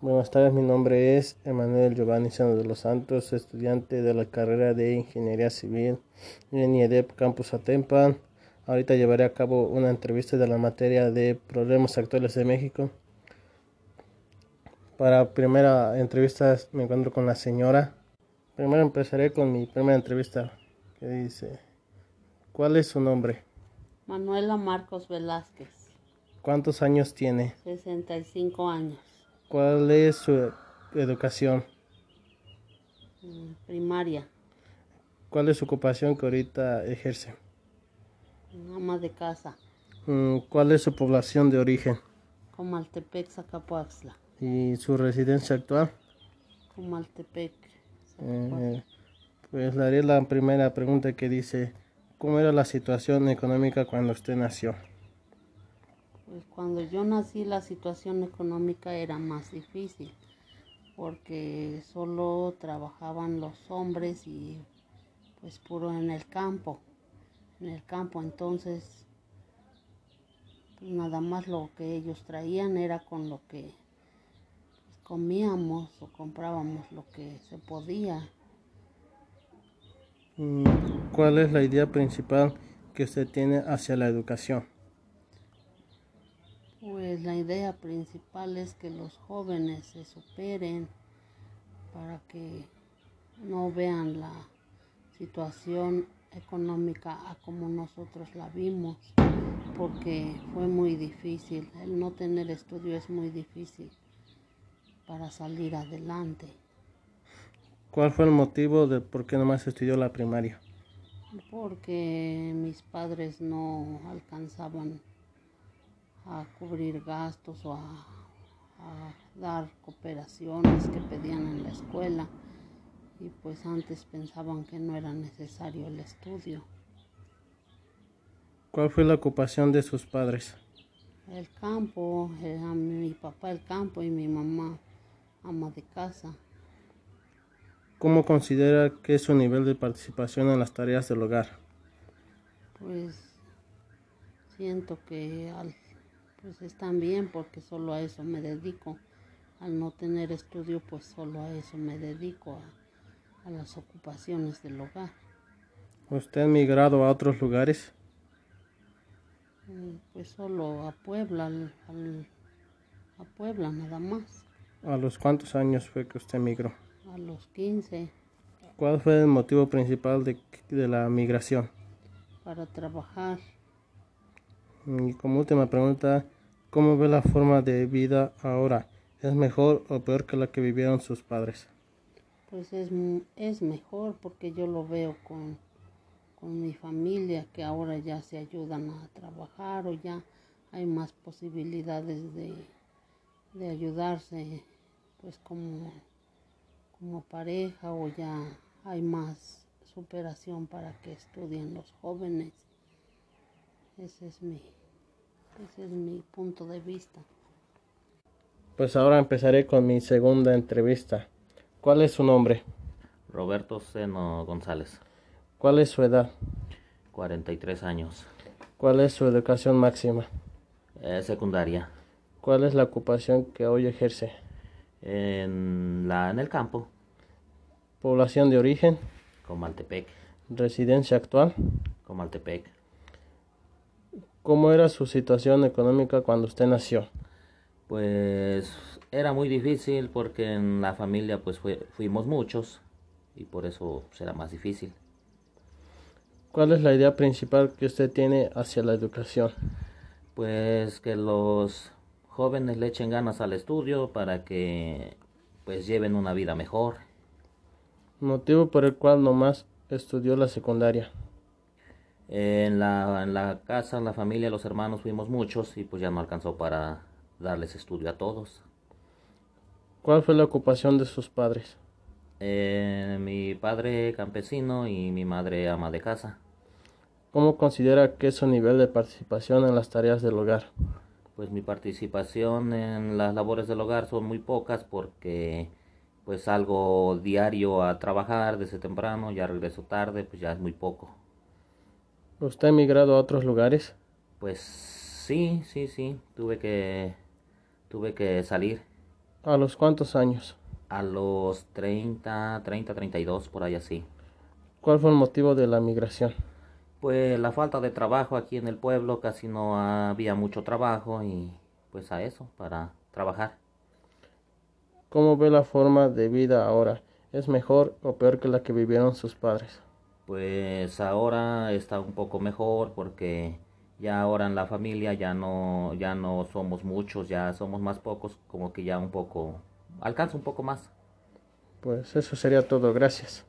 Buenas tardes, mi nombre es Emanuel Giovanni Sano de los Santos, estudiante de la carrera de Ingeniería Civil en IEDEP Campus Atempan. Ahorita llevaré a cabo una entrevista de la materia de problemas actuales de México. Para primera entrevista me encuentro con la señora. Primero empezaré con mi primera entrevista que dice, ¿cuál es su nombre? Manuela Marcos Velázquez, ¿Cuántos años tiene? 65 años, ¿Cuál es su educación? mm, primaria, ¿Cuál es su ocupación que ahorita ejerce? ama de casa, Mm, ¿Cuál es su población de origen? Comaltepec, Zacapoaxla, ¿Y su residencia actual? Comaltepec, Eh, pues le haré la primera pregunta que dice, ¿cómo era la situación económica cuando usted nació? Pues cuando yo nací la situación económica era más difícil porque solo trabajaban los hombres y pues puro en el campo. En el campo entonces pues, nada más lo que ellos traían era con lo que pues, comíamos o comprábamos lo que se podía. Mm, ¿Cuál es la idea principal que usted tiene hacia la educación? Pues la idea principal es que los jóvenes se superen para que no vean la situación económica a como nosotros la vimos, porque fue muy difícil. El no tener estudio es muy difícil para salir adelante, ¿Cuál fue el motivo de por qué nomás estudió la primaria? porque mis padres no alcanzaban a cubrir gastos o a, a dar cooperaciones que pedían en la escuela y pues antes pensaban que no era necesario el estudio. ¿Cuál fue la ocupación de sus padres? El campo, era mi papá el campo y mi mamá ama de casa. ¿Cómo considera que es su nivel de participación en las tareas del hogar? Pues siento que al- pues están bien porque solo a eso me dedico. Al no tener estudio, pues solo a eso me dedico, a- a las ocupaciones del hogar. ¿Usted ha migrado a otros lugares? Mm, Pues solo a Puebla, al- al- a Puebla nada más, ¿A los cuántos años fue que usted migró? a los 15, ¿Cuál fue el motivo principal de, de la migración? para trabajar. Y como última pregunta, ¿cómo ve la forma de vida ahora? ¿Es mejor o peor que la que vivieron sus padres? Pues es, mu- es mejor porque yo lo veo con, con mi familia que ahora ya se ayudan a trabajar o ya hay más posibilidades de, de ayudarse pues como, como pareja o ya hay más superación para que estudien los jóvenes. Ese es mi, ese es mi punto de vista. Pues ahora empezaré con mi segunda entrevista. ¿Cuál es su nombre? Roberto Seno González, ¿Cuál es su edad? 43 años, ¿Cuál es su educación máxima? eh, secundaria, ¿Cuál es la ocupación que hoy ejerce? en, la, en el campo, ¿Población de origen? Comaltepec, ¿Residencia actual? Comaltepec. ¿Cómo era su situación económica cuando usted nació? Pues era muy difícil porque en la familia pues fue- fuimos muchos y por eso será más difícil. ¿Cuál es la idea principal que usted tiene hacia la educación? Pues que los jóvenes le echen ganas al estudio para que pues lleven una vida mejor. Motivo por el cual nomás estudió la secundaria. En la, en la casa, en la familia, los hermanos fuimos muchos y pues ya no alcanzó para darles estudio a todos. ¿Cuál fue la ocupación de sus padres? Eh, mi padre campesino y mi madre ama de casa. ¿Cómo considera que es su nivel de participación en las tareas del hogar? Pues mi participación en las labores del hogar son muy pocas porque pues salgo diario a trabajar desde temprano, ya regreso tarde, pues ya es muy poco. ¿Usted ha emigrado a otros lugares? Pues sí, sí, sí, tuve que tuve que salir. ¿A los cuántos años? A los 30, 30, 32, por ahí así. ¿Cuál fue el motivo de la migración? Pues la falta de trabajo aquí en el pueblo, casi no había mucho trabajo y pues a eso, para trabajar. ¿Cómo ve la forma de vida ahora? ¿Es mejor o peor que la que vivieron sus padres? Pues ahora está un poco mejor porque ya ahora en la familia ya no ya no somos muchos, ya somos más pocos, como que ya un poco alcanza un poco más. Pues eso sería todo, gracias.